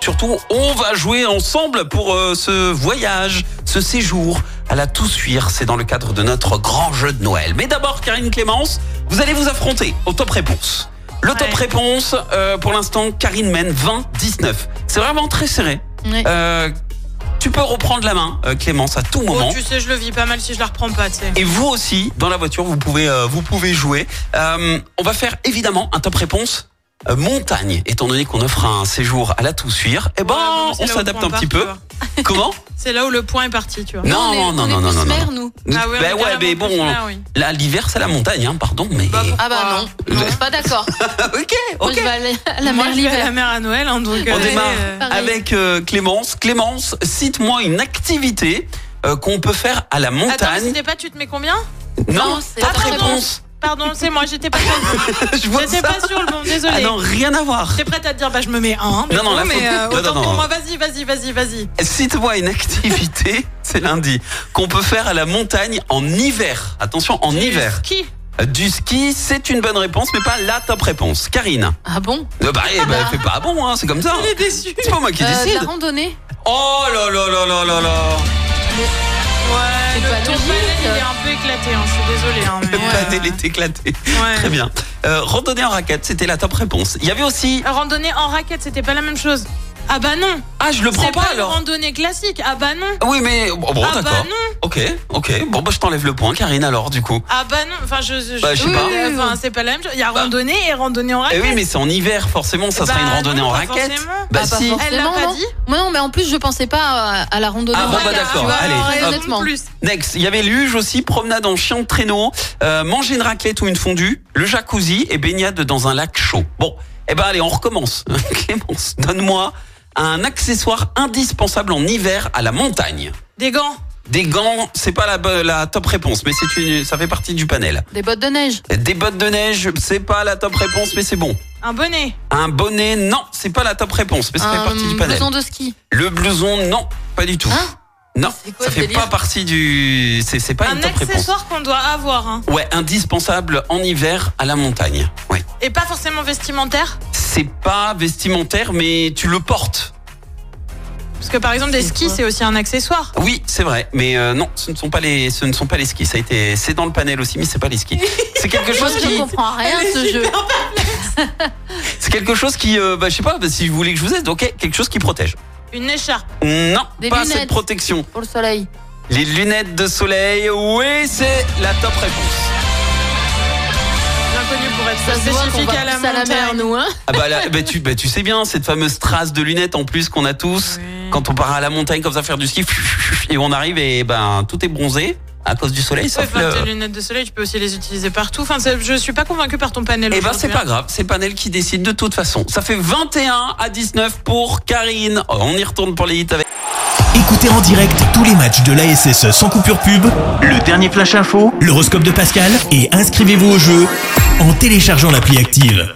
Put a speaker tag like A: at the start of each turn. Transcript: A: surtout, on va jouer ensemble pour euh, ce voyage, ce séjour à la Toussuire. C'est dans le cadre de notre grand jeu de Noël. Mais d'abord, Karine Clémence, vous allez vous affronter au top réponse. Le top
B: Ouais.
A: réponse, euh, pour l'instant, Karine mène 20-19. C'est vraiment très serré.
B: Ouais.
A: Euh, tu peux reprendre la main, euh, Clémence, à tout
B: Oh,
A: moment. Eh
B: tu sais, je le vis pas mal si je la reprends pas, tu sais.
A: Et vous aussi, dans la voiture, vous pouvez, euh, vous pouvez jouer. Euh, on va faire évidemment un top réponse euh, montagne, étant donné qu'on offre un séjour à la Toussuire. Eh ben,
B: Ouais, mais c'est
A: on
B: là où
A: s'adapte
B: le
A: un
B: point
A: petit
B: part,
A: peu.
B: tu vois.
A: Comment
B: C'est là où le point est parti, tu vois.
A: Non,
C: on est-
A: non, non,
C: on est
A: non, non,
C: plus
A: non, non.
C: mer, nous.
B: Ah ouais, on
A: Ben
B: est
A: ouais,
B: carrément
A: mais bon,
B: plus là, oui.
A: Là, l'hiver, c'est la montagne, hein, pardon, mais. Ah,
B: Bah,
C: Ah bah
B: Ouais.
C: non, je suis pas d'accord.
A: ok,
C: Moi, je
A: ok.
C: vais aller à la
B: Moi,
C: mer
B: je vais à la
C: l'hiver.
B: mer à Noël, hein, donc.
A: On
B: euh,
A: démarre
B: euh,
C: Pareil.
A: Avec euh, Clémence. Clémence, cite-moi une activité euh, qu'on peut faire à la
B: Attends,
A: montagne.
B: c'était pas, tu te mets combien
A: non,
C: non, c'est
A: pas de
C: top
A: réponse.
B: Pardon, c'est moi, j'étais pas sur le
A: Je vois
B: bon. J'étais
A: ça.
B: pas sur le bon,
A: Ah
B: désolé.
A: non, rien à voir.
B: T'es prête à te dire, bah je me mets un. Mais
A: Non, non,
B: bon,
A: la faute-
B: mais euh,
A: non,
B: autant
A: non, non.
B: pour moi, vas-y, vas-y, vas-y, vas-y.
A: Cite-moi une activité, c'est lundi, qu'on peut faire à la montagne en hiver. Attention, en hiver.
B: Qui
A: Du ski, c'est une bonne réponse, mais pas la top réponse. Karine.
C: Ah bon
A: Euh, bah, eh ben, fais pas ah bon, hein, c'est comme ça.
B: Il est déçu.
A: C'est pas moi qui
C: Euh, de La
A: décide.
C: randonnée
A: Oh là là là là là là.
B: Ouais,
C: C'est
B: le
C: pas euh.
B: ton
C: logique.
B: palais, il est un peu éclaté, hein, je suis désolée. Hein, mais,
A: Le panel
B: euh,
A: est éclaté.
B: ouais.
A: Très bien. Euh, randonnée en raquette, c'était la top réponse. Il y avait aussi.
B: Randonnée en raquette, c'était pas la même chose. Ah bah non,
A: Ah, je le prends
B: c'est
A: pas
B: pas une
A: alors.
B: randonnée classique. Ah bah non,
A: Oui, mais bon, bon,
B: ah bah
A: d'accord.
B: non,
A: Ok, ok. Bon, bah, je t'enlève le point, Karine, alors, du coup.
B: ah bah non. Enfin, je, je,
A: Bah, je sais
B: oui,
A: pas.
B: oui, oui, Enfin, c'est pas la même chose. Il y a
A: Bah.
B: randonnée et randonnée en
A: Eh
B: raquette.
A: oui, mais c'est en hiver, forcément, ça
B: Ah,
A: sera
B: Bah
A: une randonnée
B: non,
A: en
B: pas
A: raquette.
B: forcément.
A: Bah,
C: Ah, pas
A: si.
B: Elle l'a
C: forcément,
B: pas
C: non.
B: dit
C: Moi non, mais en plus, je pensais pas à, à la randonnée.
A: Ah bon, bah,
B: Voilà,
A: d'accord,
B: tu vois,
A: allez,
B: raison
C: hop.
B: de
C: Honnêtement.
B: plus.
A: Next, il y avait luge aussi, promenade en chien de traîneau, euh, manger une raclette ou une fondue, le jacuzzi et baignade dans un lac chaud. Bon, eh ben allez, on recommence. Clémence, donne-moi un accessoire indispensable en hiver à la montagne.
B: Des gants.
A: Des gants, c'est pas la, bo- la top réponse, mais c'est une, ça fait partie du panel.
C: Des bottes de neige.
A: Des bottes de neige, c'est pas la top réponse, mais c'est bon.
B: Un bonnet.
A: Un bonnet, non, c'est pas la top réponse, mais ça fait
C: un
A: partie du panel.
C: blouson de ski.
A: Le blouson, non, pas du tout.
C: Hein
A: non,
C: C'est quoi
A: ça
C: ce
A: fait
C: délire
A: pas partie du, c'est c'est pas une
B: un
A: top réponse.
B: accessoire qu'on doit avoir. hein.
A: Ouais, indispensable en hiver à la montagne. Ouais.
B: Et pas forcément vestimentaire.
A: C'est pas vestimentaire, mais tu le portes.
B: Parce que par exemple, des
C: C'est
B: skis,
C: quoi
B: c'est aussi un accessoire.
A: Oui, c'est vrai, mais euh, non, ce ne sont pas les, ce ne sont pas les skis. Ça a été, c'est dans le panel aussi, mais c'est pas les skis. C'est quelque
C: Moi,
A: chose
C: je
A: qui,
C: comprends rien
B: Elle est
C: à ce jeu.
B: super
A: c'est quelque chose qui, euh, bah, je sais pas, bah, si vous voulez que je vous aide, ok, quelque chose qui protège.
B: Une écharpe.
A: Non,
C: Des
A: pas
C: lunettes.
A: cette protection.
C: Pour le soleil.
A: Les lunettes de soleil. Oui, c'est la top réponse.
B: L'inconnu pour être
C: Ça se voit qu'on
B: spécifique
C: va
B: à la
C: plus à la mer,
B: montagne.
C: nous. Hein
A: Ah bah, là, bah, tu, bah, tu sais bien cette fameuse trace de lunettes en plus qu'on a tous. quand on part à la montagne comme ça faire du ski et on arrive et ben tout est bronzé à cause du soleil
B: Ouais,
A: sauf
B: enfin, tes
A: le...
B: lunettes de soleil, tu peux aussi les utiliser partout. Enfin, c'est- je suis pas convaincue par ton panel.
A: Eh ben
B: aujourd'hui,
A: c'est
B: hein.
A: pas grave, c'est le panel qui décide de toute façon. Ça fait 21 à 19 pour Karine. Oh, On y retourne pour les hits avec
D: Écoutez en direct tous les matchs de l'ASSE sans coupure pub,
E: Le dernier flash info
D: l'horoscope de Pascal et inscrivez-vous au jeu en téléchargeant l'appli active.